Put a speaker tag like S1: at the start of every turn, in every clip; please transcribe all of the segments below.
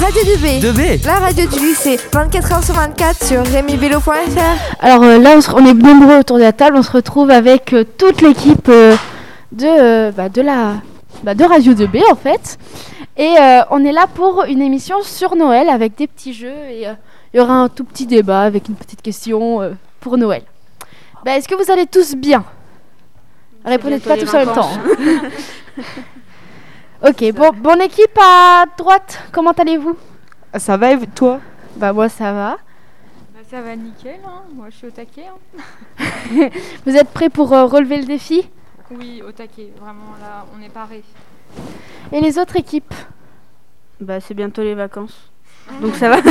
S1: Radio du B.
S2: 2B.
S1: La radio du lycée, 24h sur 24 sur remybello.fr.
S3: Alors euh, là, on, se- on est nombreux autour de la table. On se retrouve avec euh, toute l'équipe euh, de, euh, bah, de, la, bah, de Radio 2B, en fait. Et euh, on est là pour une émission sur Noël avec des petits jeux. Et euh, il y aura un tout petit débat avec une petite question euh, pour Noël. Bah, Est-ce que vous allez tous bien Répondez pas tous en même temps. hein. ok, bon, bonne équipe à droite. Comment allez-vous
S2: Ah, Ça va et toi
S3: Bah moi ça va.
S4: Bah, ça va nickel, hein. moi je suis au taquet. hein.
S3: Vous êtes prêts pour euh, relever le défi
S4: Oui, au taquet, vraiment là, on est paré.
S3: Et les autres équipes
S5: Bah, c'est bientôt les vacances. Donc ça va.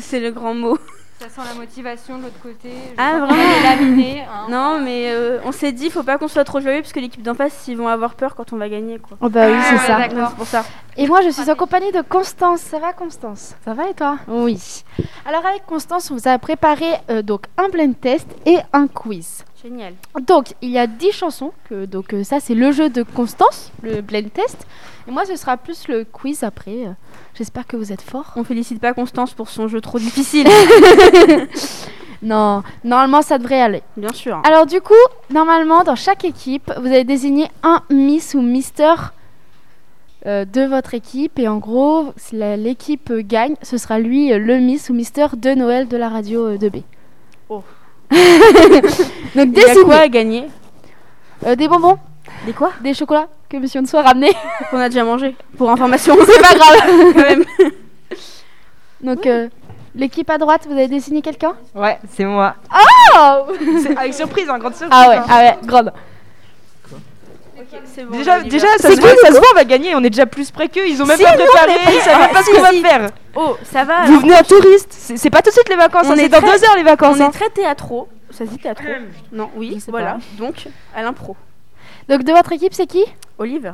S5: c'est le grand mot.
S4: Ça sent la motivation de l'autre côté. je
S5: Ah,
S4: sens qu'on
S5: vraiment
S4: est laminé, hein.
S5: Non, mais euh, on s'est dit, faut pas qu'on soit trop joyeux parce que l'équipe d'en face, ils vont avoir peur quand on va gagner, quoi.
S3: Oh bah oui,
S4: Ah,
S3: c'est
S4: ouais,
S3: ça.
S4: d'accord.
S5: Donc, C'est pour ça.
S3: Et moi, je suis en compagnie de Constance. Ça va, Constance Ça va et toi Oui. Alors, avec Constance, on vous a préparé euh, donc un blind test et un quiz.
S5: Génial.
S3: Donc, il y a 10 chansons. Que, donc, euh, ça, c'est le jeu de Constance, le blind test. Et moi, ce sera plus le quiz après. euh. J'espère que vous êtes forts.
S5: On félicite pas Constance pour son jeu trop difficile.
S3: Non, normalement, ça devrait aller.
S5: Bien sûr.
S3: Alors du coup, normalement, dans chaque équipe, vous allez désigner un Miss ou Mister euh, de votre équipe. Et en gros, si la- l'équipe euh, gagne, ce sera lui euh, le Miss ou Mister de Noël de la radio euh, 2B.
S5: Oh.
S3: Donc
S5: Il y a quoi
S3: désignez
S5: à gagner
S3: euh, des bonbons,
S5: Des quoi
S3: des chocolats que Monsieur ne soit ramené.
S5: Qu'on a déjà mangé. Pour information.
S3: C'est pas grave.
S5: quand même.
S3: Donc euh, l'équipe à droite, vous allez désigner quelqu'un
S2: Ouais, c'est moi.
S3: Oh
S2: C'est avec surprise, hein, grande surprise.
S3: Ah ouais, ah ouais, grande.
S5: C'est bon,
S2: Déjà,
S5: on y va.
S2: déjà ça, se
S3: cool,
S2: voit, ça se voit, on va gagner, on est déjà plus près qu'eux, ils ont même
S5: Si,
S2: pas
S5: nous, on est
S2: préparé, ils savent même
S5: Ah,
S2: pas ce
S5: si,
S2: qu'on va
S5: si.
S2: faire.
S5: Oh, ça va.
S2: Vous
S5: alors.
S2: venez à touriste, c'est c'est pas tout de suite les vacances,
S5: On
S2: hein,
S5: est
S2: c'est dans
S5: très-
S2: deux heures les vacances.
S5: On est
S2: hein.
S5: très théâtro. Ça se dit théâtro Non, oui,
S3: Je sais
S5: voilà. Donc, à l'impro.
S3: Donc de votre équipe, c'est qui
S5: Oliver.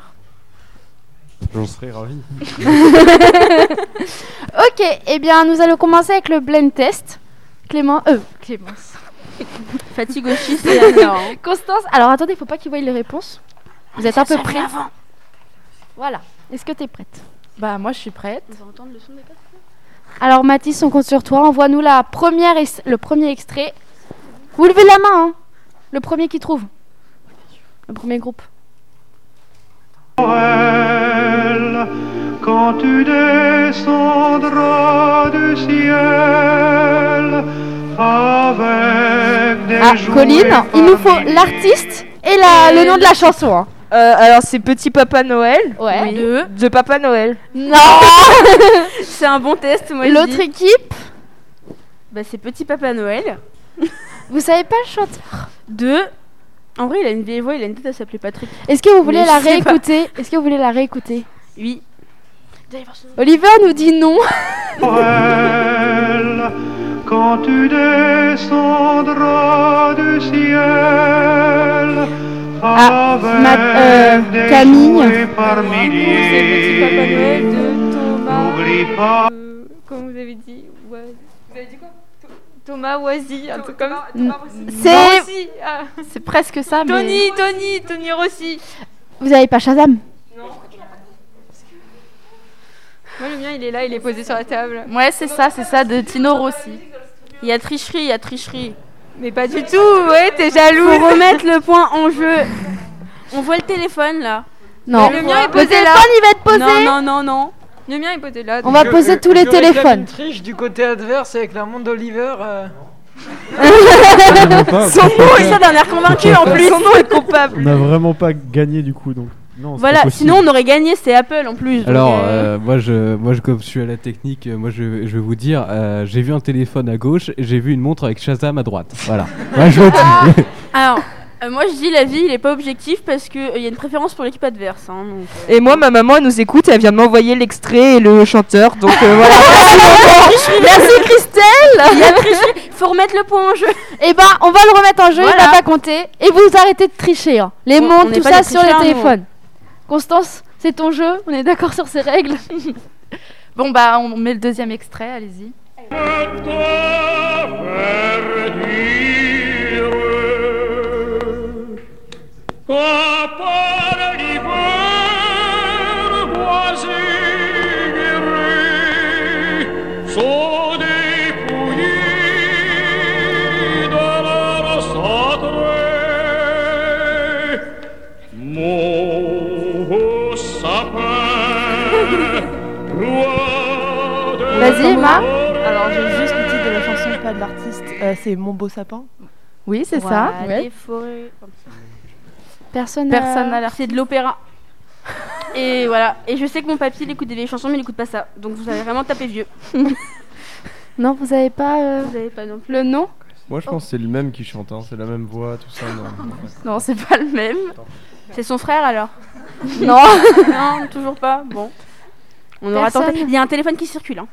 S6: J'en serais ravi.
S3: Ok, eh bien nous allons commencer avec le blend test. Clément, euh, Clémence.
S5: Fatigue au schiste et la mort, hein.
S3: Constance, alors attendez, faut pas qu'il voie les réponses. Vous êtes un peu prêts Voilà. Est-ce que t'es prête
S7: Bah moi je suis prête.
S3: Alors Mathis, on compte sur toi. Envoie-nous la première es- le premier extrait. Vous levez la main, hein Le premier qui trouve. Le premier groupe.
S8: Noël, quand tu descendras du ciel avec des
S3: Ah,
S8: jouets
S3: Colline, il nous faut
S8: parmi
S3: l'artiste et la- le nom de la chanson. hein.
S2: Euh, alors c'est Petit Papa Noël,
S3: Ouais.
S5: Deux.
S2: de Papa Noël.
S3: Non
S5: C'est un bon test, moi je
S3: L'autre
S5: dis.
S3: équipe,
S5: Bah, c'est Petit Papa Noël.
S3: vous savez pas le chanteur
S5: Deux. En vrai, il a une vieille voix, il a une tête à s'appeler Patrick.
S3: Est-ce que vous voulez
S5: Mais
S3: la
S5: je sais pas.
S3: réécouter Est-ce que vous voulez la réécouter
S5: Oui.
S3: Oliver nous dit non.
S8: Noël, quand tu descendras du ciel
S3: Ah,
S8: avec
S3: Ma- euh,
S8: des
S3: Camille.
S8: jouets par milliers.
S4: Noël de Thomas.
S8: N'oublie pas.
S4: euh, comme vous avez dit, Oise- vous avez dit quoi Tho- Thomas Oisy, un truc comme
S3: Thomas
S4: Thomas
S3: C'est.
S4: Rossi, ah,
S7: C'est presque ça, mais
S4: Tony, Tony, Tony Rossi.
S3: Vous avez pas Shazam
S4: Moi le mien il est là, il est posé sur la table.
S7: ouais c'est ça, c'est ça de Tino Rossi.
S5: Il y a tricherie, il y a tricherie.
S4: Mais pas du tout, ouais, t'es jaloux.
S5: Faut remettre le point en jeu. On voit le téléphone là.
S3: Non.
S4: le mien est
S3: Le
S4: posé là.
S3: téléphone, il va être posé.
S5: Non, non, non, non.
S4: Le mien est posé là.
S3: On va poser tous les téléphones.
S9: triche du côté adverse avec la montre d'Oliver. euh,
S6: On n'a vraiment pas-
S2: Son
S5: Oh, et ça d'un air convaincu en plus.
S2: Son nom est coupable.
S6: On n'a vraiment pas gagné du coup donc. Non, c'est
S5: Voilà,
S6: pas possible.
S5: sinon on aurait gagné, c'est Apple en plus. donc,
S6: Alors,
S5: euh,
S10: Euh, moi, je, moi, je, comme je suis à la technique, euh, moi, je, je vais vous dire, euh, j'ai vu un téléphone à gauche, et j'ai vu une montre avec Shazam à droite. Voilà. Moi, je vote.
S5: Alors, euh, moi je dis la vie, il est pas objectif parce qu'il y a une préférence pour l'équipe adverse. hein, donc, euh.
S2: Et moi, ma maman, elle nous écoute, elle vient de m'envoyer l'extrait et le chanteur, donc euh, voilà.
S3: Merci Christelle.
S5: Il y a tricherie, faut remettre le point en jeu.
S3: Eh ben, on va le remettre en jeu. Il
S5: Voilà.
S3: va pas compter. Et vous arrêtez de tricher. hein. Les
S5: On- on
S3: montres,
S5: n'est
S3: tout
S5: pas
S3: ça
S5: des
S3: sur les
S5: tricheurs, nous.
S3: téléphones. Constance, c'est ton jeu. On est d'accord sur ces règles.
S7: Bon bah on met le deuxième extrait, allez-y.
S8: Papa, l'hiver, voici guérir.
S3: Vas-y, Emma.
S2: Alors, j'ai juste le titre de la chanson, pas de l'artiste. Euh, c'est Mon beau sapin.
S3: Oui, c'est ça. Ouais.
S5: Personne
S3: Personne à
S5: à C'est de l'opéra. Et voilà. Et je sais que mon papy, il écoute des vieilles chansons, mais il écoute pas ça. Donc vous avez vraiment tapé vieux.
S3: Non, vous avez pas. euh,
S5: Vous avez pas non plus.
S3: Le nom
S11: Moi, je pense que c'est le même qui chante, hein, c'est la même voix, tout ça. non.
S5: Non, c'est pas le même. C'est son frère alors
S3: Non.
S5: Non, toujours pas. Bon. On aura
S3: Personne.
S5: tenté. Il y a un téléphone qui circule. Hein.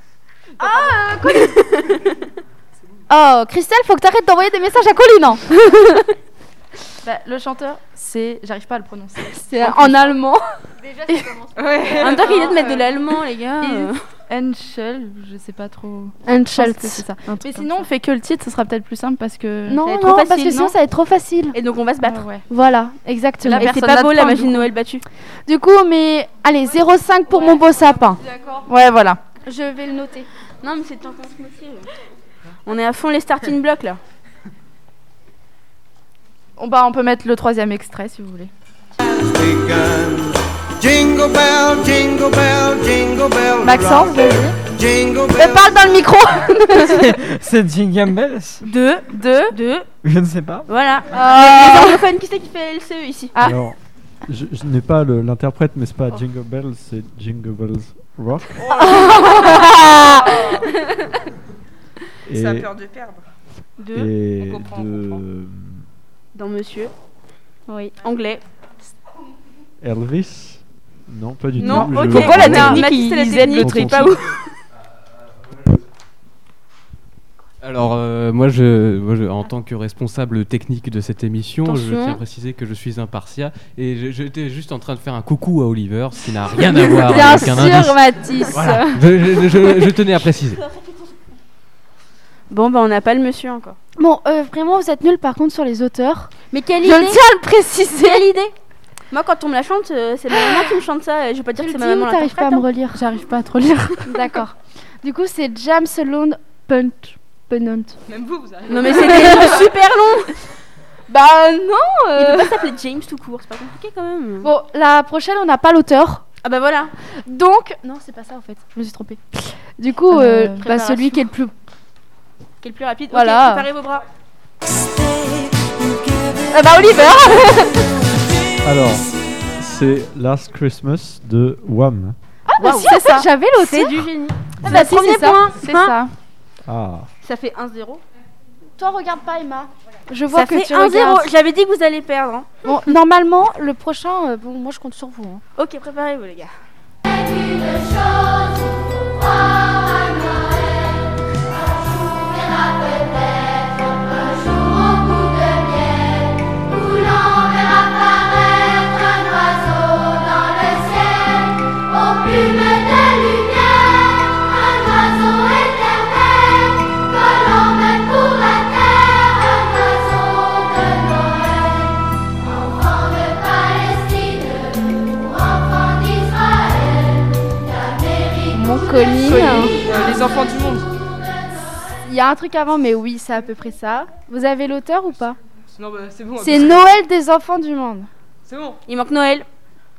S3: Oh, Christelle, faut que t'arrêtes d'envoyer des messages à Colin. hein.
S7: Bah, le chanteur, c'est. J'arrive pas à le prononcer.
S3: c'est en allemand.
S7: Déjà, ça commence.
S5: En même temps qu'il est de mettre de l'allemand, les gars. euh.
S7: Henschel, je sais pas trop.
S3: Henschel.
S7: Je pense que c'est ça.
S3: Un truc
S7: Mais
S3: comme
S7: sinon, on fait que le titre, ce sera peut-être plus simple parce que. ça
S3: Non,
S7: va
S3: non,
S7: être trop facile,
S3: parce que sinon,
S7: non
S3: ça va être trop facile.
S5: Et donc, on va se battre.
S7: Ah ouais.
S3: Voilà, exactement.
S5: Et c'est pas beau la magie de Noël battue.
S3: Du coup, mais allez, 0,5 pour mon beau sapin.
S5: D'accord.
S3: Ouais, voilà.
S5: Je vais le noter. Non, mais c'est tant qu'on se motive. On est à fond les starting blocks là.
S7: On, bah, on peut mettre le troisième extrait si vous voulez.
S12: Jingle bell, jingle bell, jingle bell.
S3: Maxence,
S12: vas-y. Jingle
S3: Mais parle dans le micro
S9: C'est Jingle Bells
S5: Deux, deux, deux.
S9: Je ne sais pas.
S5: Voilà.
S3: Ah.
S5: Les anglophones, qui c'est qui fait LCE ici Ah,
S13: Alors, je, je n'ai pas le- l'interprète, mais c'est pas Jingle Bells, c'est Jingle Bells Rock.
S2: Ça a
S13: Et-
S2: peur de perdre.
S5: Deux.
S13: Et
S5: On comprend, on
S13: de
S5: Dans Monsieur. Oui, anglais.
S13: Elvis Non, pas du
S5: Non,
S13: tout.
S5: ok.
S13: je-
S5: Pourquoi la
S13: je-
S5: technique, Mathis, c'est la ils aident technique, le truc. pas où.
S10: Alors, euh, moi, je, moi, je- en tant que responsable technique de cette émission, je
S5: Attention.
S10: tiens à préciser que je suis impartial et je- j'étais juste en train de faire un coucou à Oliver, ce qui n'a rien à voir
S3: Bien
S10: avec un indice.
S3: sûr, Mathis.
S10: Voilà. Je, je- je- je tenais à préciser.
S5: Bon, bah on n'a pas le monsieur encore.
S3: Bon, euh, vraiment, vous êtes nuls par contre sur les auteurs.
S5: Mais quelle
S3: Je
S5: idée
S3: le tiens à le préciser.
S5: Quelle idée Moi, quand on me la chante, euh, c'est ma maman qui me chante ça. euh, Je vais pas dire que c'est ma maman
S3: t'arrives pas à
S5: l'interprète.
S3: me relire. hein. J'arrive pas à trop lire. D'accord. Du coup, c'est James Lone Punt. Penant.
S5: Même vous, vous arrivez. hein. Non, mais c'est des noms super longs
S3: Bah non
S5: Il
S3: euh.
S5: peut pas s'appeler James tout court, c'est pas compliqué quand même.
S3: Bon, la prochaine, on n'a pas l'auteur.
S5: Ah bah voilà
S3: Donc. Non, c'est pas ça en fait. Je me suis trompée. Du coup, euh,
S5: Euh,
S3: bah, celui qui est le plus.
S5: Quel plus rapide
S3: Voilà.
S5: Ok, préparez vos bras.
S3: Ah bah, Oliver
S13: Alors, c'est Last Christmas de Wham.
S3: Ah bah
S5: Waouh,
S3: si, en
S5: c'est ça.
S3: fait, j'avais l'auteur.
S5: C'est du génie.
S3: Ah
S5: Bah,
S3: bah,
S5: si,
S3: premier
S5: c'est ça.
S3: point.
S5: C'est
S3: Hein
S5: ça.
S13: Ah,
S5: Ça fait 1-0.
S3: Toi, regarde pas, Emma. Je vois
S5: ça
S3: que
S5: fait
S3: tu regardes.
S5: 1-0. J'avais dit que vous allez perdre. hein.
S3: Bon, normalement, le prochain, euh, bon, moi je compte sur vous. hein.
S5: Ok, préparez-vous les gars.
S3: Mon colis. hein.
S2: Euh, les enfants du monde.
S3: Il y a un truc avant, mais oui, c'est à peu près ça. Vous avez l'auteur ou pas
S2: Non, bah c'est bon.
S3: C'est Noël des enfants du monde.
S2: C'est bon.
S5: Il manque Noël.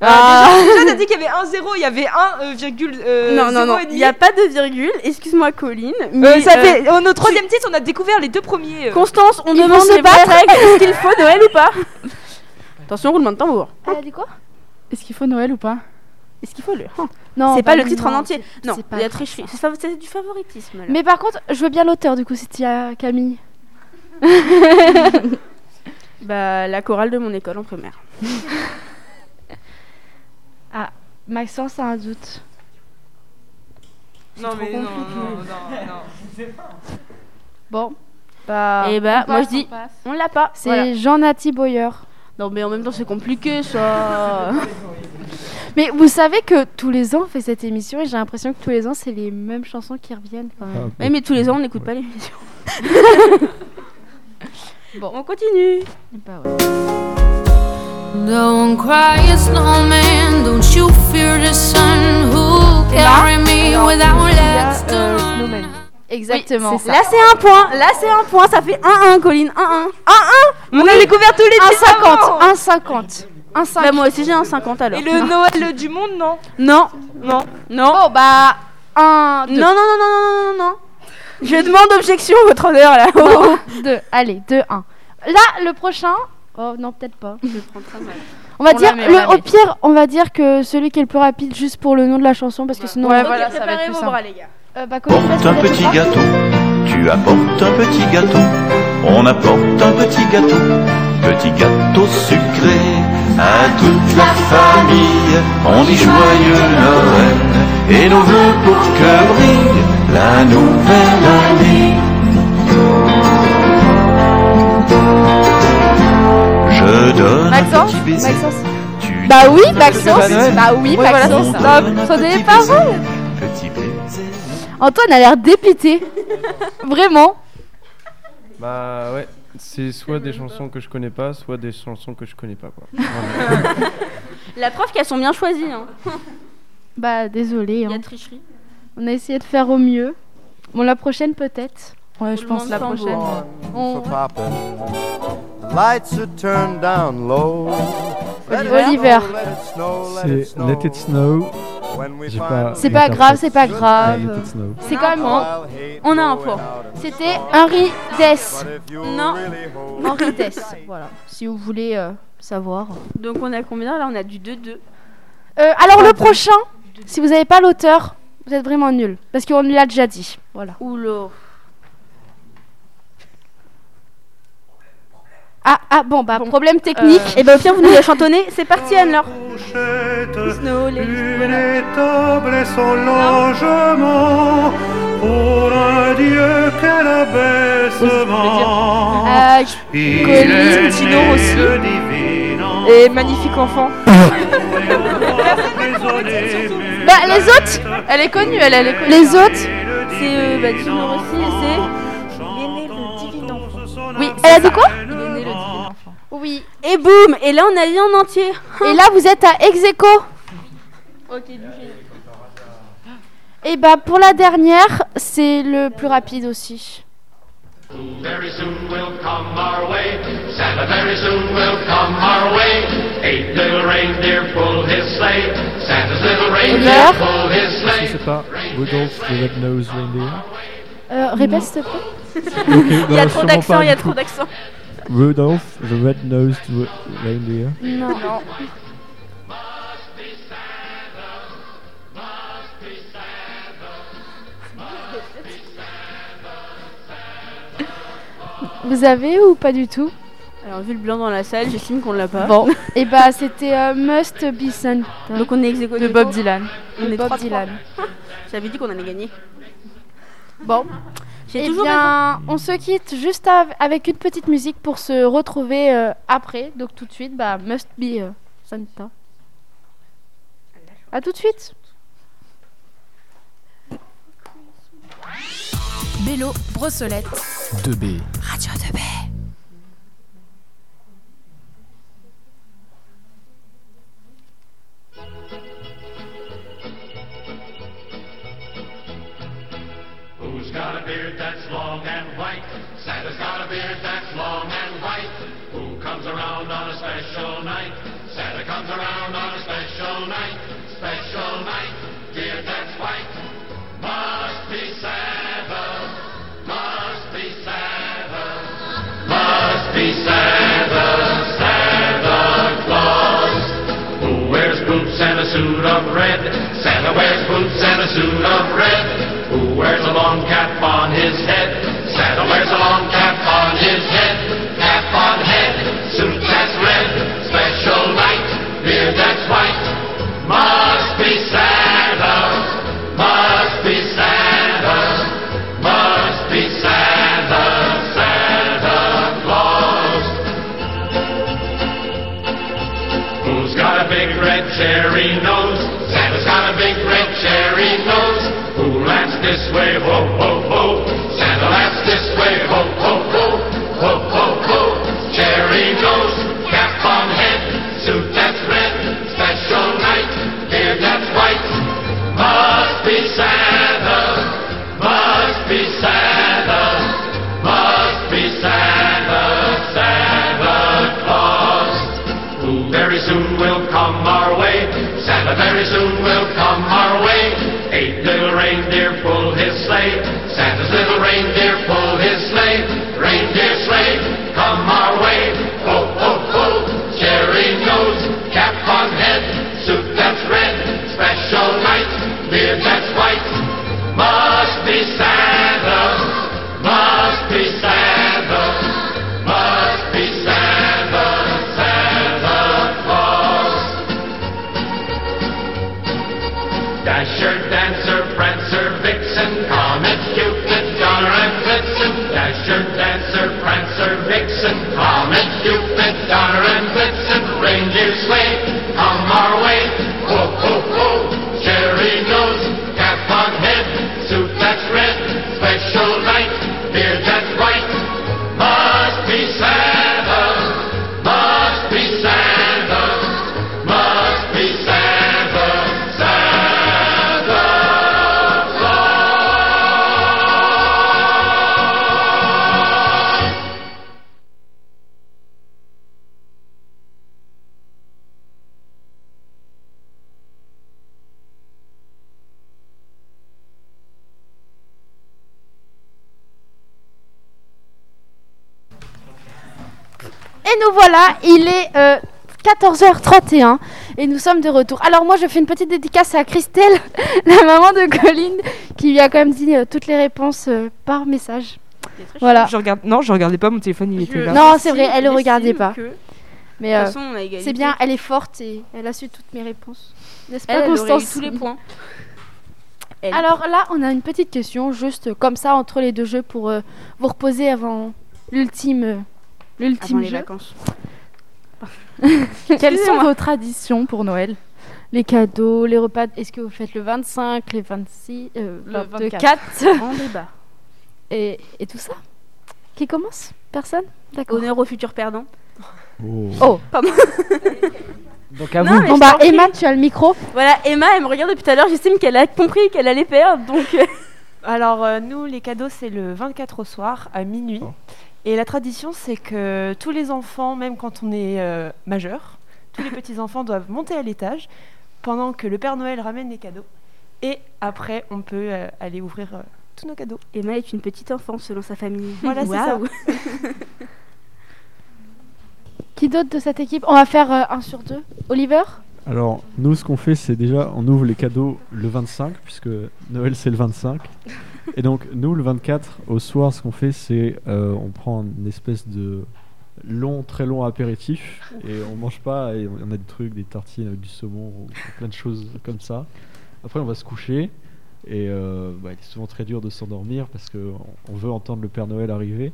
S3: Ah.
S2: Euh, déjà, déjà, t'as dit qu'il y avait 1-0, il y avait 1, virgule, euh,
S5: non, non,
S2: zéro
S5: non.
S2: et
S5: Il
S2: demi.
S5: n'y a pas de virgule. Excuse-moi, Colline.
S2: Euh,
S5: mais,
S2: ça
S5: euh,
S2: fait, euh, Au troisième titre, on a découvert les deux premiers. euh.
S5: Constance, on
S3: Il faut
S5: demande
S3: se
S5: les vraies
S3: battre.
S5: règles. Est-ce qu'il faut Noël ou pas Attention, roulement de tambour.
S3: Elle a dit quoi
S7: Est-ce qu'il faut Noël ou pas
S5: Est-ce qu'il faut le
S3: Non.
S5: C'est
S3: bah
S5: pas le
S3: non,
S5: titre en entier.
S3: c'est-
S5: Non,
S3: c'est pas
S5: il y a
S3: grave,
S5: tricherie.
S3: ça.
S5: C'est fav- C'est du favoritisme. là.
S3: Mais par contre, je veux bien l'auteur du coup, si tu as Camille.
S5: Bah, la chorale de mon école en primaire.
S3: Maxence a un doute.
S2: Non, mais non, non,
S7: compliqué.
S2: non, non, non.
S3: Bon, bah.
S5: Et bah,
S7: On
S5: moi je
S7: passe,
S5: dis,
S7: on passe.
S5: on l'a pas.
S3: C'est
S5: Voilà.
S3: Jean-Nati Boyer.
S5: Non, mais en même temps, c'est compliqué ça.
S3: Mais vous savez que tous les ans on fait cette émission et j'ai l'impression que tous les ans c'est les mêmes chansons qui reviennent quand même.
S13: ah,
S5: Ouais, mais tous les ans, on n'écoute pas l'émission. bon, on continue.
S14: Don't cry, a snowman. Don't you fear the sun who carry me without legs to
S4: euh,
S3: Snowman. Exactement.
S7: Oui, c'est ça.
S5: Là, c'est un point. Là, c'est un point. Ça fait 1-1, Colline. 1-1.
S2: Ah, On a découvert tous les titres.
S3: 1,50 1,50
S5: Un 5. Bah, moi aussi j'ai un 50 alors.
S2: Et le Noël du monde, non
S5: Non.
S2: Non.
S5: Non.
S3: Oh,
S5: Bon, bah. Un. Non, non, non, non, non, non, non. Je demande objection, votre honneur là.
S3: Non, deux. Allez, 2, 1. Là, le prochain. Oh non, peut-être pas. On va
S5: On
S3: dire,
S5: la met, on
S3: le-
S5: la
S3: au
S5: met.
S3: pire, on va dire que celui qui est le plus rapide, juste pour le nom de la chanson, parce que sinon.
S5: Ouais, voilà, ça va être plus simple.
S3: Euh, bah, comment on passe
S15: un
S3: la
S15: petit
S3: chanson
S15: gâteau, tu apportes un petit gâteau, on apporte un petit gâteau, petit gâteau sucré à toute la famille. On dit joyeux Noël et nos voeux pour que brille la nouvelle année. Je donne un
S2: Maxence
S15: petit baiser.
S2: Maxence
S3: Bah oui,
S15: Maxence.
S3: Bah oui, Maxence. Stop, ça n'est pas vrai.
S15: Petit baiser.
S3: Antoine a l'air dépité. Vraiment.
S11: Bah ouais, c'est soit des chansons que je connais pas, soit des chansons que je connais pas quoi.
S5: La preuve qu'elles sont bien choisies. Hein.
S3: Bah désolé.
S5: Il y a tricherie.
S3: On a essayé de faire au mieux. Bon, la prochaine peut-être.
S2: Ouais,
S3: je
S2: pense la prochaine.
S3: On...
S16: popping. Lights are turned down low. Let it
S3: Oliver.
S16: snow, let it snow, let it
S13: C'est
S16: snow.
S13: Let It Snow. J'ai pas-
S3: C'est pas grave, c'est pas grave.
S13: Let It Snow.
S3: C'est quand même.
S5: On a un point.
S3: C'était Henri Dess.
S5: Non.
S3: Henri Dess. Voilà. Si vous voulez euh, savoir.
S5: Donc on a combien là On a du 2-2.
S3: Euh, alors le prochain, si vous n'avez pas l'auteur, vous êtes vraiment nul. Parce qu'on l'a déjà dit. Voilà.
S5: Oula.
S3: Ah, ah bon, ben, bah problème technique. Euh.
S5: Et bah au pire vous nous la chantonnez. C'est parti Anne-Laure. Snow, les-
S8: Les tables et son logement pour un dieu qu'elle
S3: Oh.
S8: abaissement.
S2: Euh,
S8: Il
S2: Colline,
S8: est
S2: Tino
S8: né
S2: aussi.
S8: le divin enfant.
S2: Et magnifique enfant.
S3: Bah les autres
S7: Elle est connue, elle, elle est connue.
S3: Les autres
S5: C'est euh, bah, Jim Morrissey et c'est. Oui,
S3: Elle a dit quoi
S5: Oui. Et boum Et là on a dit en entier.
S3: Et là vous êtes à Execo.
S5: Ok, du génie.
S3: Et bah pour la dernière, c'est le plus rapide aussi.
S8: Very soon will come our way. Santa very soon will come our way. Eight little reindeer pull his sleigh. Santa's little reindeer
S3: Oliver.
S8: pull his sleigh.
S13: C'est pas Rudolph the Red-Nosed Reindeer.
S3: Euh, répète s'il te plaît.
S13: Ok,
S3: Il y a trop
S13: non, Bah, sûrement
S3: d'accent,
S13: pas,
S3: il y a
S13: du
S3: trop
S13: coup.
S3: d'accent.
S13: Rudolph the Red-Nosed Re- Reindeer.
S3: Non. Vous avez ou pas du tout
S5: Alors vu le blanc dans la salle, j'estime qu'on l'a pas.
S3: Bon, et bah c'était euh, Must Be Sun.
S5: Donc on est ex aequo
S3: De
S5: du
S3: Bob
S5: coup.
S3: Dylan.
S5: On
S3: De
S5: est
S3: Bob
S5: 3-3.
S3: Dylan.
S5: J'avais dit qu'on allait gagner.
S3: Bon.
S5: J'ai
S3: Eh
S5: toujours
S3: bien, on se quitte juste av- avec une petite musique pour se retrouver euh, après. Donc tout de suite, bah, Must Be euh, Santa. À tout de suite.
S14: Bello, Brosselette.
S10: 2B.
S14: Radio 2B.
S8: Who's got a beard that's long and white? Santa's got a beard that's long and white. Who comes around on a special night? Santa comes around on a special night. Special night, beard that's white. Must be Santa. Must be Santa. Must be Santa. Santa Claus. Who wears boots and a suit of red? Santa wears boots and a suit of red. Who wears a long cap on his head? Santa wears a long cap on his head. Cap on head, suit that's red. Special light, beard that's white. Must be Santa. Must be Santa. Must be Santa. Santa Claus. Who's got a big red cherry nose? Santa's got a big red cherry nose. Who laughs this way? Ho, ho, ho. Santa laughs this way. Ho, ho, ho. Ho, ho, ho. Cherry nose, cap on head, suit that's red. Special night, beard that's white. Must be Santa. Must be Santa. Must be Santa. Santa Claus who very soon reindeer pull his sleigh. Santa's little reindeer pull his sleigh. Reindeer sleigh, come our way. Ho, ho, ho. Cherry nose, cap on head, suit that's red. Special night, beard that's white. Must be Santa. Must be Santa. Must be Santa. Santa Claus. Dasher, Dancer, Prancer, Vixen, Comet, Cupid, Donner, and Blitzen. Dasher, Dancer, Prancer, Vixen, Comet, Cupid, Donner, and Blitzen. Reindeer sleigh, come our way. Whoa, whoa, whoa. Cherry nose, cap on head, suit that's red, special light, beard that's white. Must be Santa, must be Santa, must be Santa, Santa
S3: Et nous voilà, il est euh, 14h31 et nous sommes de retour. Alors moi je fais une petite dédicace à Christelle, la maman de Colline, qui lui a quand même dit euh, toutes les réponses euh, par message.
S2: Ah.
S3: Voilà.
S17: Je regarde... Non, je regardais pas, mon téléphone, il était là.
S3: Non, c'est vrai,
S5: estime-
S3: elle ne regardait
S5: j'estime
S3: pas.
S5: que-
S3: Mais
S5: De toute
S3: euh,
S5: façon, on a égalité.
S3: c'est bien, elle est forte et elle a su toutes mes réponses. N'est-ce pas,
S5: Elle, elle aurait eu
S3: Constance
S5: tous les points. Elle.
S3: Alors là, on a une petite question, juste euh, comme ça, entre les deux jeux, pour euh, vous reposer avant l'ultime euh, l'ultime
S5: Avant les
S3: jeu.
S5: vacances.
S3: Quelles sont
S5: Excusez-moi.
S3: vos traditions pour Noël Les cadeaux, les repas, est-ce que vous faites le 25, les 26, euh,
S7: Le
S3: 24
S7: En débat.
S3: et, et tout ça Qui commence Personne D'accord.
S5: Honneur au futur perdant.
S3: Oh,
S5: Pardon.
S9: Donc à
S5: Non,
S9: vous.
S5: mais
S3: Bon
S5: je
S3: bah
S5: t'en prie.
S3: Emma, tu as le micro.
S5: Voilà, Emma, elle me regarde depuis tout à l'heure, j'estime qu'elle a compris qu'elle allait perdre, donc... euh.
S2: Alors, euh, nous, les cadeaux, c'est le 24 au soir, à minuit. Et la tradition, c'est que tous les enfants, même quand on est euh, majeur, tous les petits-enfants doivent monter à l'étage pendant que le Père Noël ramène les cadeaux. Et après, on peut euh, aller ouvrir euh, tous nos cadeaux.
S5: Emma est une petite enfant selon sa famille.
S2: Voilà, c'est ça.
S5: Waouh.
S3: Qui d'autre de cette équipe On va faire euh, un sur deux. Oliver
S13: Alors, nous, ce qu'on fait, c'est déjà, on ouvre les cadeaux le 25, puisque Noël, c'est le 25. Et donc, nous, le 24, au soir, ce qu'on fait, c'est euh, on prend une espèce de long, très long apéritif, et on mange pas, et on on a des trucs, des tartines avec du saumon, ou plein de choses comme ça. Après, on va se coucher, et euh, bah, il est souvent très dur de s'endormir, parce qu'on on veut entendre le Père Noël arriver.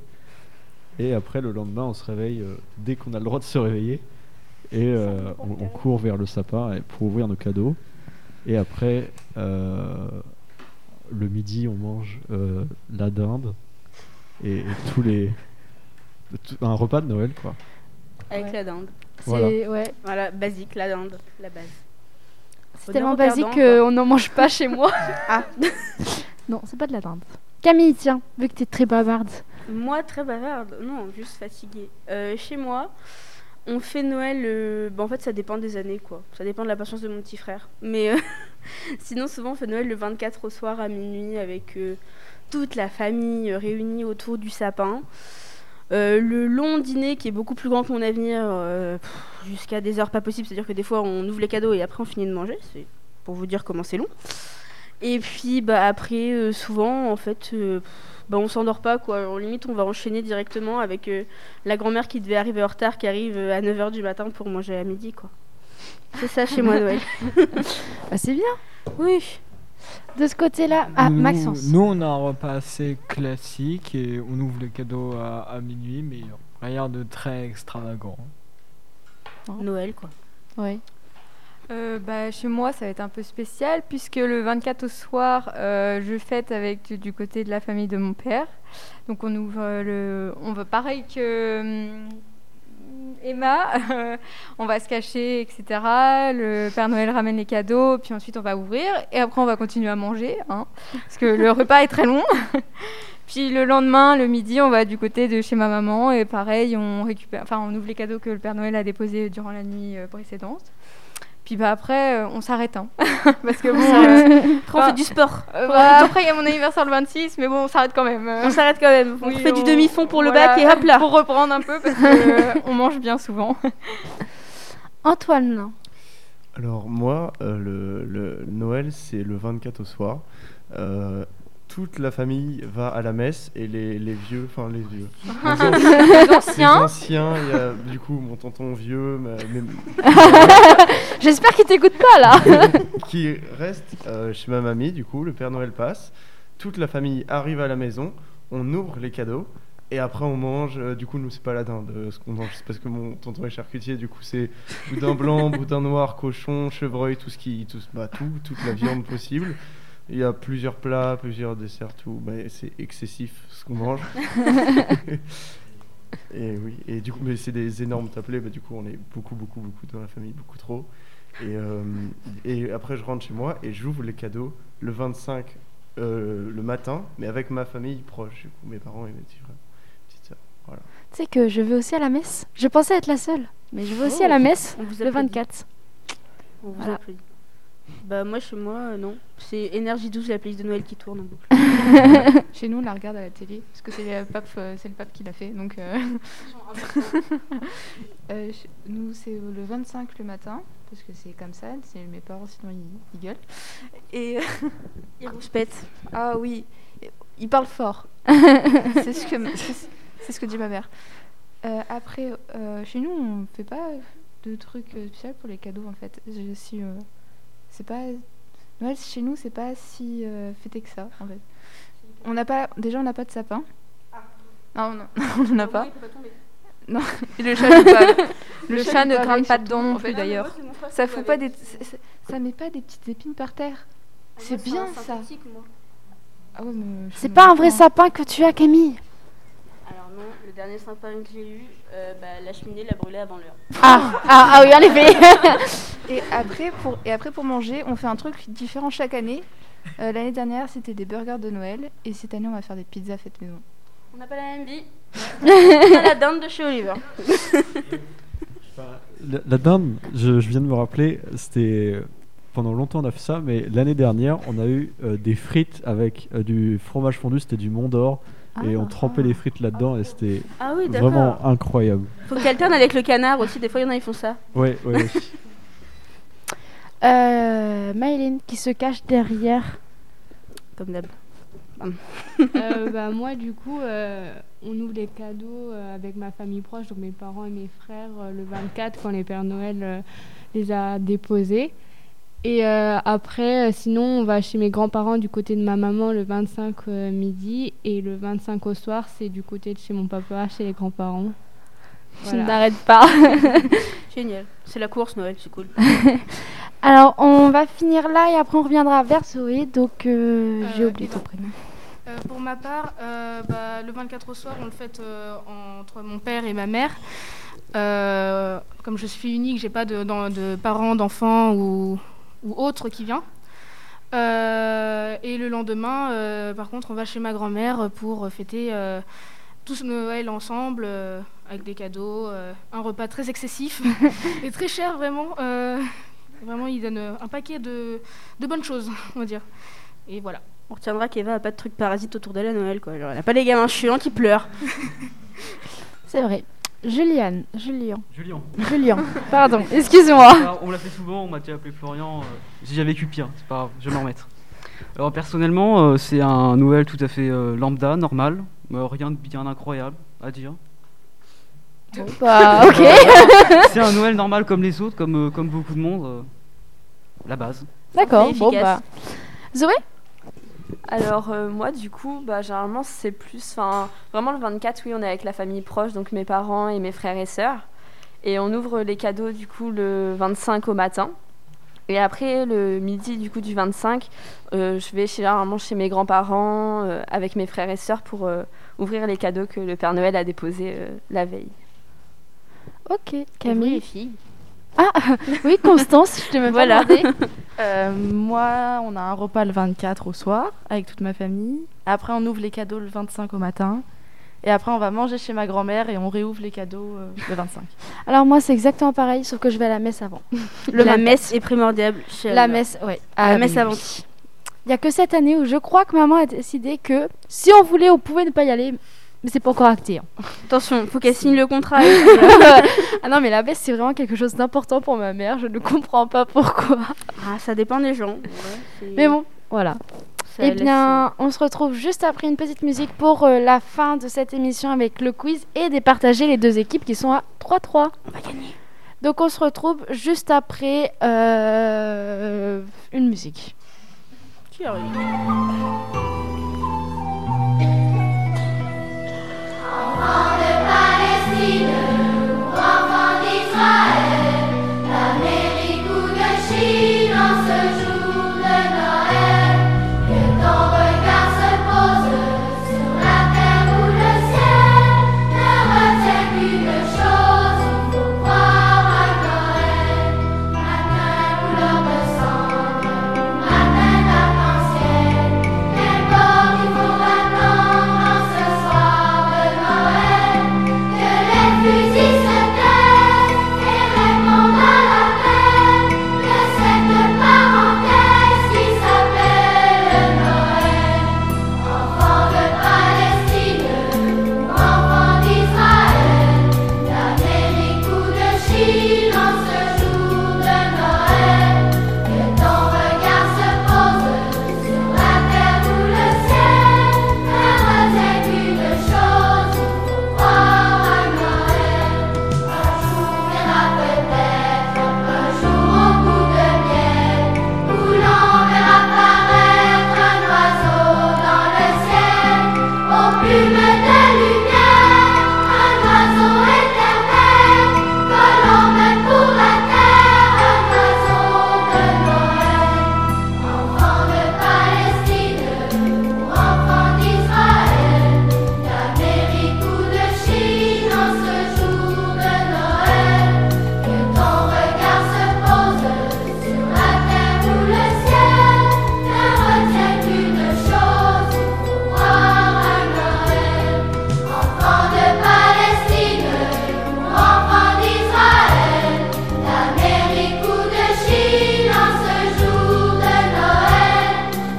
S13: Et après, le lendemain, on se réveille euh, dès qu'on a le droit de se réveiller. Et euh, on, on court vers le sapin et- pour ouvrir nos cadeaux. Et après, euh, le midi, on mange euh, la dinde et, et tous les. tout- un repas de Noël, quoi.
S5: Avec la dinde.
S13: C'est- Voilà.
S3: ouais.
S5: Voilà, basique, la dinde, la base.
S3: C'est tellement basique qu'on n'en mange pas chez moi.
S5: Ah.
S3: non, c'est pas de la dinde. Camille, tiens, vu que t'es très bavarde.
S5: Moi, très bavarde. Non, juste fatiguée. Euh, chez moi, on fait Noël. euh, bah, en fait, ça dépend des années, quoi. Ça dépend de la patience de mon petit frère. Mais euh, sinon, souvent, on fait Noël le 24 au soir à minuit avec euh, toute la famille euh, réunie autour du sapin. Euh, le long dîner qui est beaucoup plus grand que mon avenir, euh, pff, jusqu'à des heures pas possibles. C'est-à-dire que des fois, on ouvre les cadeaux et après, on finit de manger. C'est pour vous dire comment c'est long. Et puis bah après euh, souvent en fait euh, pff, bah on s'endort pas quoi. En limite on va enchaîner directement avec euh, la grand-mère qui devait arriver en retard qui arrive euh, à 9h du matin pour manger à midi quoi. C'est ça chez moi Noël.
S3: Bah, c'est bien.
S5: Oui.
S3: De ce côté-là, ah,
S9: Nous-
S3: Maxence.
S9: Nous, on a un repas assez classique et on ouvre les cadeaux à, à minuit, mais rien de très extravagant.
S5: Noël quoi.
S3: Oui.
S4: Euh, bah, chez moi, ça va être un peu spécial puisque le 24 au soir, euh, je fête avec du, du côté de la famille de mon père. Donc on ouvre euh, le, on va pareil que hum, Emma, euh, on va se cacher, etc. Le Père Noël ramène les cadeaux, puis ensuite on va ouvrir et après on va continuer à manger, hein, parce que le repas est très long. Puis le lendemain, le midi, on va du côté de chez ma maman et pareil, on récupère, enfin on ouvre les cadeaux que le Père Noël a déposés durant la nuit euh, précédente.
S18: Puis bah après, euh, on s'arrête. hein. Parce que bon.
S5: s'arrête.
S18: euh,
S5: Après, on fait du sport.
S18: euh,
S5: Pour
S18: bah,
S5: avoir du temps.
S18: après, il y a mon anniversaire le 26, mais bon, on s'arrête quand même. euh.
S5: On s'arrête quand même. On
S18: Oui,
S5: fait du
S18: on-
S5: demi-fond pour le
S18: voilà,
S5: bac et hop là.
S18: Pour reprendre un peu, parce qu'on mange bien souvent.
S5: Antoine,
S8: Alors moi, euh, le, le Noël, c'est le 24 au soir. Euh, toute la famille va à la messe et les, les vieux, enfin les vieux.
S5: Les anciens.
S8: Les anciens, il y a du coup mon tonton vieux, ma- mes-
S3: J'espère qu'il t'écoute pas là.
S8: qui reste euh, chez ma mamie, du coup, le Père Noël passe, toute la famille arrive à la maison, on ouvre les cadeaux, et après on mange, euh, du coup, nous, c'est pas la dinde, euh, ce qu'on mange, c'est parce que mon tonton est charcutier, du coup, c'est boudin blanc, boudin noir, cochon, chevreuil, tout ce qui, tout, ce- bah, tout, toute la viande possible. Il y a plusieurs plats, plusieurs desserts, tout, mais c'est excessif ce qu'on mange. Et oui, et du coup, mais c'est des énormes tablés, bah, du coup, on est beaucoup, beaucoup, beaucoup dans la famille, beaucoup trop. Et, euh, et après, je rentre chez moi et j'ouvre les cadeaux le 25 euh, le matin, mais avec ma famille proche, du coup, mes parents et mes petits frères, petites sœurs. Voilà.
S3: Tu sais que je vais aussi à la messe. Je pensais être la seule, mais je vais aussi à la messe
S5: On vous
S3: le
S5: applaudit.
S3: 24.
S5: On vous
S3: Voilà.
S5: applaudit. Bah moi chez moi euh, non, c'est énergie 12 la playlist de Noël qui tourne en boucle.
S4: Chez nous, on la regarde à la télé, parce que c'est le pape, euh, c'est le pape qui l'a fait. Donc, euh, Euh, ch- nous, c'est le 25 le matin, parce que c'est comme ça. C'est mes parents, sinon ils, ils gueulent. Et
S5: ils rouspètent.
S19: Ah oui, ils parlent fort. c'est ce que c'est- c'est ce que dit ma mère.
S4: Euh, après, euh, chez nous, on fait pas de trucs euh, spéciaux pour les cadeaux en fait. Je suis, euh, c'est pas Noël chez nous, c'est pas si euh, fêté que ça en fait. On n'a pas, déjà, on n'a pas de sapin. Non, non, on n'en a pas. Non,
S18: Et le chat joue pas. Le chat
S4: joue
S18: ne
S4: avec,
S18: grimpe pas
S4: surtout,
S18: dedans non
S4: en
S18: plus,
S4: fait.
S18: d'ailleurs.
S4: Ça fout pas des, c'est- c'est- ça met pas des petites épines par terre. C'est bien ça. hein. Ah ouais, mais chez
S3: C'est
S4: nous,
S3: pas
S4: on
S3: un
S4: en
S3: vrai
S4: fait, hein.
S3: sapin que tu as, Camille.
S5: Alors non, le dernier sympa que j'ai eu, euh, bah, la cheminée l'a brûlé avant l'heure.
S3: Ah, ah, ah oui, en effet.
S4: et après pour et après pour manger, on fait un truc différent chaque année. Euh, L'année dernière, c'était des burgers de Noël et cette année, on va faire des pizzas faites maison.
S5: On n'a pas la même vie. On a la dinde de chez Oliver.
S13: La, la dinde, je, je viens de me rappeler, c'était pendant longtemps on a fait ça, mais l'année dernière on a eu euh, des frites avec euh, du fromage fondu, c'était du Mont d'Or, et on trempait les frites là-dedans et c'était
S5: Ah oui, d'accord.
S13: vraiment incroyable.
S5: Faut qu'elle alterne avec le canard aussi, des fois il y en a ils font ça.
S13: Ouais, ouais. ouais.
S3: Euh, Maëlyn qui se cache derrière.
S5: Comme d'hab.
S20: Euh, bah, moi, du coup, euh, on ouvre les cadeaux euh, avec ma famille proche, donc mes parents et mes frères, euh, le 24, quand les Pères Noël euh, les a déposés. Et euh, après, euh, sinon, on va chez mes grands-parents du côté de ma maman le 25 euh, midi, et le 25 au soir, c'est du côté de chez mon papa, chez les grands-parents.
S3: Tu
S20: Voilà.
S3: n'arrêtes pas.
S5: Génial. C'est la course Noël, c'est cool.
S3: Alors, on va finir là et après on reviendra vers Zoé. Donc, euh, j'ai
S2: Euh,
S3: oublié
S2: et
S3: ton
S2: donc,
S3: prénom.
S2: Euh, pour ma part, euh, bah, le 24 au soir, on le fête euh, entre mon père et ma mère. Euh, comme je suis unique, j'ai pas de, d'en- de parents, d'enfants ou, ou autres qui vient. Euh, et le lendemain, euh, par contre, on va chez ma grand-mère pour fêter euh, tous Noël ensemble, euh, avec des cadeaux, euh, un repas très excessif et très cher, vraiment. Euh, vraiment, ils donnent un paquet de, de bonnes choses, on va dire. Et voilà.
S5: On retiendra qu'Eva a pas de trucs parasites autour d'elle à Noël quoi. Genre, elle a pas les gamins chiants qui pleurent.
S3: C'est vrai. Juliane, Julien.
S21: Julien.
S3: Julien, pardon, excuse-moi.
S21: Alors, On l'a fait souvent, on m'a déjà appelé Florian. euh, si J'ai vécu pire, c'est pas grave, je vais m'en remettre. Alors personnellement, euh, c'est un Noël tout à fait euh, lambda, normal, mais rien de bien incroyable à dire.
S3: Bon, bah, ok.
S21: c'est un Noël normal comme les autres, comme, euh, comme beaucoup de monde. euh, la base.
S3: D'accord, bon
S20: efficace.
S3: bah. Zoé
S2: Alors euh, moi du coup bah généralement c'est plus enfin
S22: vraiment le 24 oui on est avec la famille proche donc mes parents et mes frères et sœurs et on ouvre les cadeaux du coup le 25 au matin et après le midi du coup du 25 euh, je vais chez, généralement chez mes grands-parents euh, avec mes frères et sœurs pour euh, ouvrir les cadeaux que le Père Noël a déposés euh, la veille.
S3: Ok,
S22: Et vous,
S3: Camille.
S22: les
S5: filles
S3: Ah, oui, Constance, je t'ai même
S4: Voilà.
S3: pas demandé.
S4: Euh, moi, on a un repas le 24 au soir avec toute ma famille. Après, on ouvre les cadeaux le 25 au matin.
S23: Et après, on va manger chez ma grand-mère et on réouvre les cadeaux euh, le 25.
S3: Alors moi, c'est exactement pareil, sauf que je vais à la messe avant.
S23: La
S5: messe est primordiale chez
S3: La
S5: Anna.
S3: messe, ouais. Ah
S5: La messe
S3: oui,
S5: avant
S3: oui.
S5: tout.
S3: Il n'y a que cette année où je crois que maman a décidé que si on voulait, on pouvait ne pas y aller, mais c'est pas encore acté. hein.
S5: Attention, faut qu'elle signe le contrat.
S3: ah non, mais la messe, c'est vraiment quelque chose d'important pour ma mère. Je ne comprends pas pourquoi.
S5: Ah, ça dépend des gens.
S3: Mais bon, voilà.
S5: Ça
S3: Eh
S5: laisse,
S3: bien, on se retrouve juste après une petite musique pour euh, la fin de cette émission avec le quiz et départager les deux équipes qui sont à 3-3. On va gagner. Donc, on se retrouve juste après euh, une musique.
S4: Enfant d'Israël, d'Amérique ou de Chine, en ce jour de Noël, que ton regard se pose sur la terre ou le ciel, ne retiens qu'une chose, il faut croire à Noël. Matin couleur de cendre, matin d'arc-en-ciel, quel bord il faut attendre en ce soir de Noël. Que les fusils se taisent et répondent à l'appel de cette parenthèse qui s'appelle Noël. Enfant de Palestine ou enfant d'Israël, d'Amérique ou de Chine, en ce jour de Noël, que ton regard se pose sur la terre ou le ciel, ne retiens qu'une chose. Croire à Noël, un jour on verra peut-être, un jour au bout de miel, où l'on verra paraître un oiseau dans le ciel, aux plumes de lumière, un oiseau éternel, que l'on met pour la terre, un oiseau de Noël, enfant de Palestine ou enfant d'Israël. D'Amérique ou de Chine, en ce jour de Noël, que ton regard se pose sur la terre ou le ciel, ne retiens qu'une chose, pour croire à Noël. Enfant de Palestine ou enfant d'Israël, d'Amérique ou de Chine, en ce jour de Noël,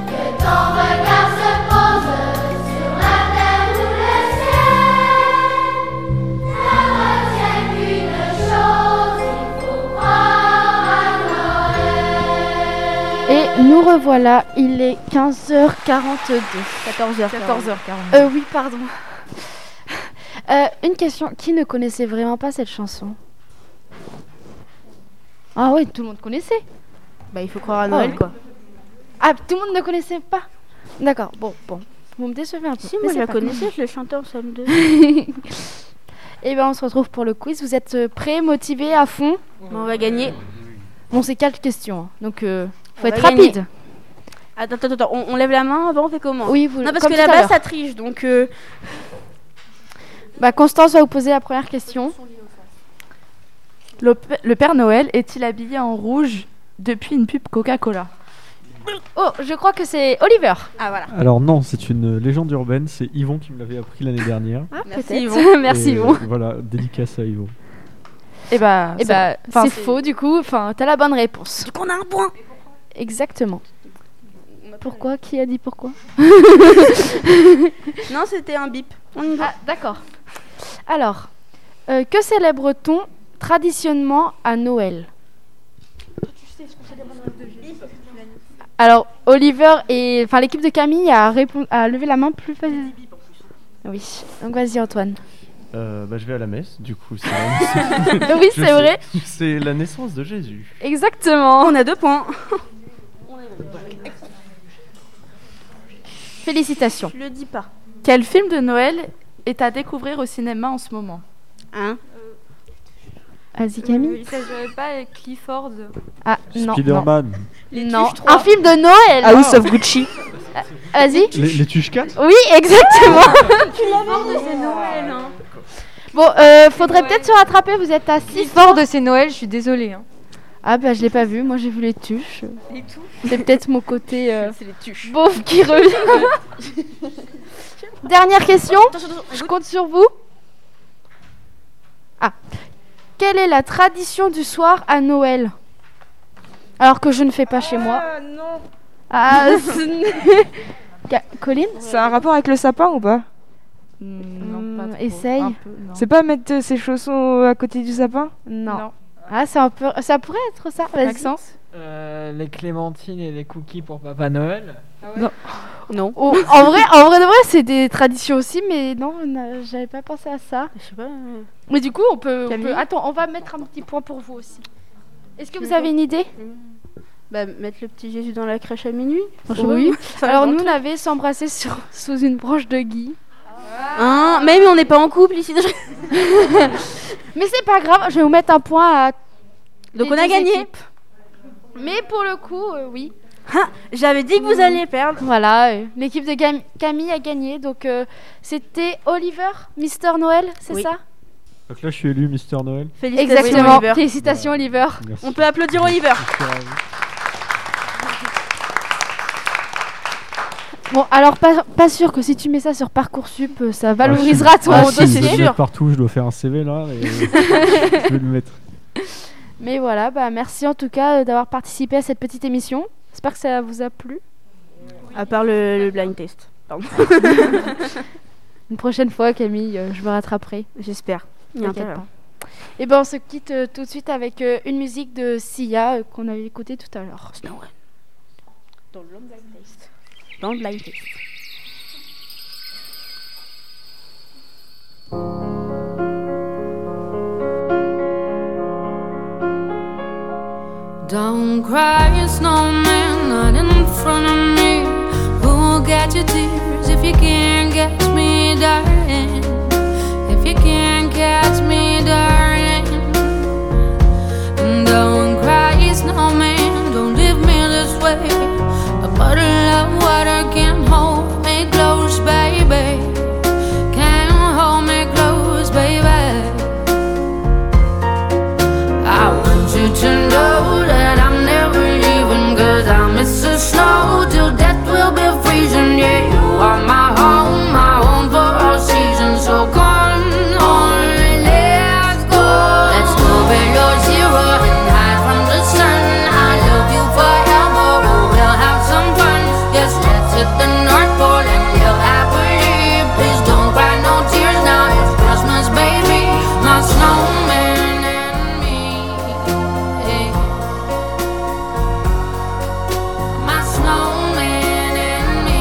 S4: que ton regard se pose sur la terre ou le ciel, ne retiens qu'une chose, il faut croire à Noël.
S3: Et nous revoilà, il est 15h42. 14h.
S23: 14h42.
S3: Euh, oui, pardon. Euh, une question, qui ne connaissait vraiment pas cette chanson Ah oui, tout le monde connaissait.
S23: Bah, il faut croire à Noël,
S3: Oh.
S23: quoi.
S3: Ah, tout le monde ne connaissait pas D'accord, bon, bon. Vous me décevez un peu.
S5: Si,
S3: mais
S5: moi
S3: c'est
S5: je la
S3: pas
S5: connaissais, je le chantais en somme 2.
S3: Eh bien, on se retrouve pour le quiz. Vous êtes euh, prêts, motivés, à fond
S5: On va gagner.
S3: Bon, c'est quatre questions, hein. donc euh, faut
S5: On
S3: être
S5: va gagner.
S3: rapide.
S5: Attends, attends, attends, on, on lève la main avant, on fait comment
S3: Oui, vous-
S5: Non, parce
S3: comme
S5: que
S3: tout à
S5: là-bas
S3: l'heure.
S5: ça triche, donc. euh,
S3: Bah, Constance va vous poser la première question.
S23: Le, p- le Père Noël est-il habillé en rouge depuis une pub Coca-Cola
S3: Oh, je crois que c'est Oliver.
S5: Ah, voilà.
S13: Alors non, c'est une légende urbaine, c'est Yvon qui me l'avait appris l'année dernière.
S3: Ah,
S23: Merci,
S3: peut-être.
S23: Yvon. Merci,
S13: Et,
S23: Yvon.
S13: Voilà, dédicace à Yvon.
S23: Et bah,
S3: Eh bah, c'est faux du coup. Enfin, t'as la bonne réponse.
S5: Donc on a un point.
S3: Exactement. Pourquoi Qui a dit pourquoi
S5: non, c'était un bip.
S3: Ah, d'accord. Alors, euh, que célèbre-t-on traditionnellement à Noël Alors, Oliver et enfin l'équipe de Camille a, répon- a levé la main plus facile. Oui. Donc vas-y Antoine.
S24: Euh, bah, je vais à la messe, du coup. C'est
S3: Oui,
S24: Je
S3: c'est
S24: sais-
S3: vrai.
S24: C'est la naissance de Jésus.
S3: Exactement.
S5: Oh, On a deux points.
S3: Félicitations.
S5: Je le dis pas.
S23: Quel film de Noël est à découvrir au cinéma en ce moment
S5: Hein
S3: Vas-y
S25: Euh,
S3: Camille.
S25: Ça jouerait pas avec Clifford.
S3: Ah non.
S13: Spider-Man.
S3: Non. non.
S25: Tuches trois.
S3: Un film de Noël.
S2: House of Ah Gucci.
S3: Vas-y.
S13: Les, les Tuches 4
S3: Oui, exactement.
S5: Tu l'avais de c'est Noël, hein.
S3: Bon, euh, faudrait peut-être se rattraper, vous êtes à 6
S25: Clifford, c'est Noël, je suis désolée. hein.
S3: Ah bah je l'ai pas vu, moi j'ai vu les tuches.
S25: Les touches
S3: C'est peut-être mon côté euh,
S5: C'est les tuches.
S3: beauf qui revient. Dernière question. Je compte sur vous. Ah. Quelle est la tradition du soir à Noël Alors que je ne fais pas chez moi.
S2: Euh,
S26: Ah non
S3: Ah, ce- Ca- Colline
S2: C'est un rapport avec le sapin ou pas
S3: Hmm, Essaye.
S2: C'est pas mettre euh, ses chaussons à côté du sapin
S3: Non. Ah, c'est un peu. Ça pourrait être ça. Vas-y.
S27: Euh, les clémentines et les cookies pour Papa Noël.
S3: Non.
S28: Non.
S3: Oh, en vrai, en vrai de vrai, c'est des traditions aussi, mais non, on n'a- j'avais pas pensé à ça.
S28: Je sais pas.
S3: Mais du coup, on peut, on peut- Attends, on va mettre un petit point pour vous aussi. Est-ce que vous avez une idée
S28: Bah, mettre le petit Jésus dans la crèche à minuit.
S3: Oui.
S28: Ça va
S3: Alors
S28: dans
S3: nous,
S28: le
S3: on avait s'embrasser sur- sous une branche de gui.
S28: Hein, mais, mais on n'est pas en couple ici.
S3: mais c'est pas grave, je vais vous mettre un point à.
S28: Donc
S3: les
S28: on a
S3: deux
S28: gagné.
S3: équipes. Mais pour le coup, euh, oui.
S28: J'avais dit que
S3: Mmh.
S28: vous alliez perdre.
S3: Voilà, euh, l'équipe de Gam- Camille a gagné. Donc euh, c'était Oliver, Mister Noël, c'est ça
S13: Donc là, je suis élu Mister Noël.
S28: Félicitations,
S3: Exactement.
S28: Oliver.
S3: Félicitations, Oliver.
S13: Merci.
S28: On peut applaudir Oliver.
S3: Bon, alors pas, pas sûr que si tu mets ça sur Parcoursup, euh, ça valorisera
S13: Ah,
S3: ton
S13: si,
S3: dossier,
S13: je vais le mettre partout, je dois faire un CV là. et je vais le mettre.
S3: Mais voilà, bah merci en tout cas euh, d'avoir participé à cette petite émission. J'espère que ça vous a plu.
S28: À part le, le blind test. Pardon.
S3: Une prochaine fois, Camille, euh, je me rattraperai.
S28: J'espère. Il y a
S3: T'inquiète
S28: intérêt. hein.
S3: pas. Et ben on se quitte euh, tout de suite avec euh, une musique de Sia euh, qu'on avait écoutée tout à l'heure.
S28: Dans le blind test. Dans le blind test.
S5: Don't cry, snowman, not in front of me. Who'll get your tears if you can't catch me, darling? If you can't catch me, darling. And Don't cry, snowman, don't leave me this way. A bottle of water can hold me close, baby. Can hold me close, baby. I want you to know that I'm never leaving Cause I miss the snow till death will be freezing Yeah, you are my home, my home for all seasons So come on, let's go Let's go below zero and hide from the sun I love you forever, oh, we'll have some fun Yes, let's hit the North Pole and live happily Please don't cry no tears now, it's Christmas, baby My snowman and me my snowman and me,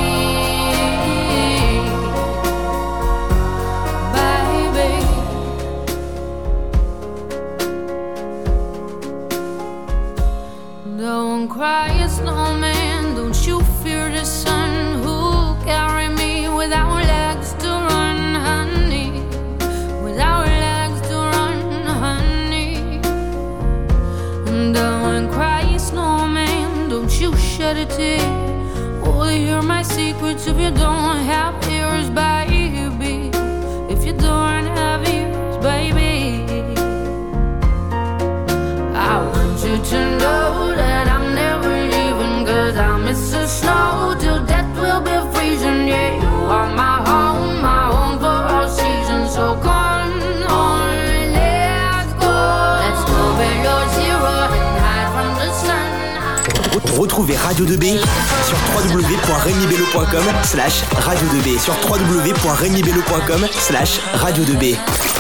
S5: baby. Don't cry, snowman. Don't you fear the sun? Who'll carry me without legs to run, honey? Without legs to run, honey. Don't cry, snowman. Don't you shed a tear. Will you hear my secrets if you don't have ears, baby? If you don't have ears, baby. I want you to know that I'm never leaving Cause I miss the snow till death will be freezing Yeah, you are my home, my home for all seasons So come on, let's go Let's go below zero and hide from the sun
S8: Retrouvez Radio 2B sur www.remibello.com slash radio2b sur www.remibello.com slash radio2b.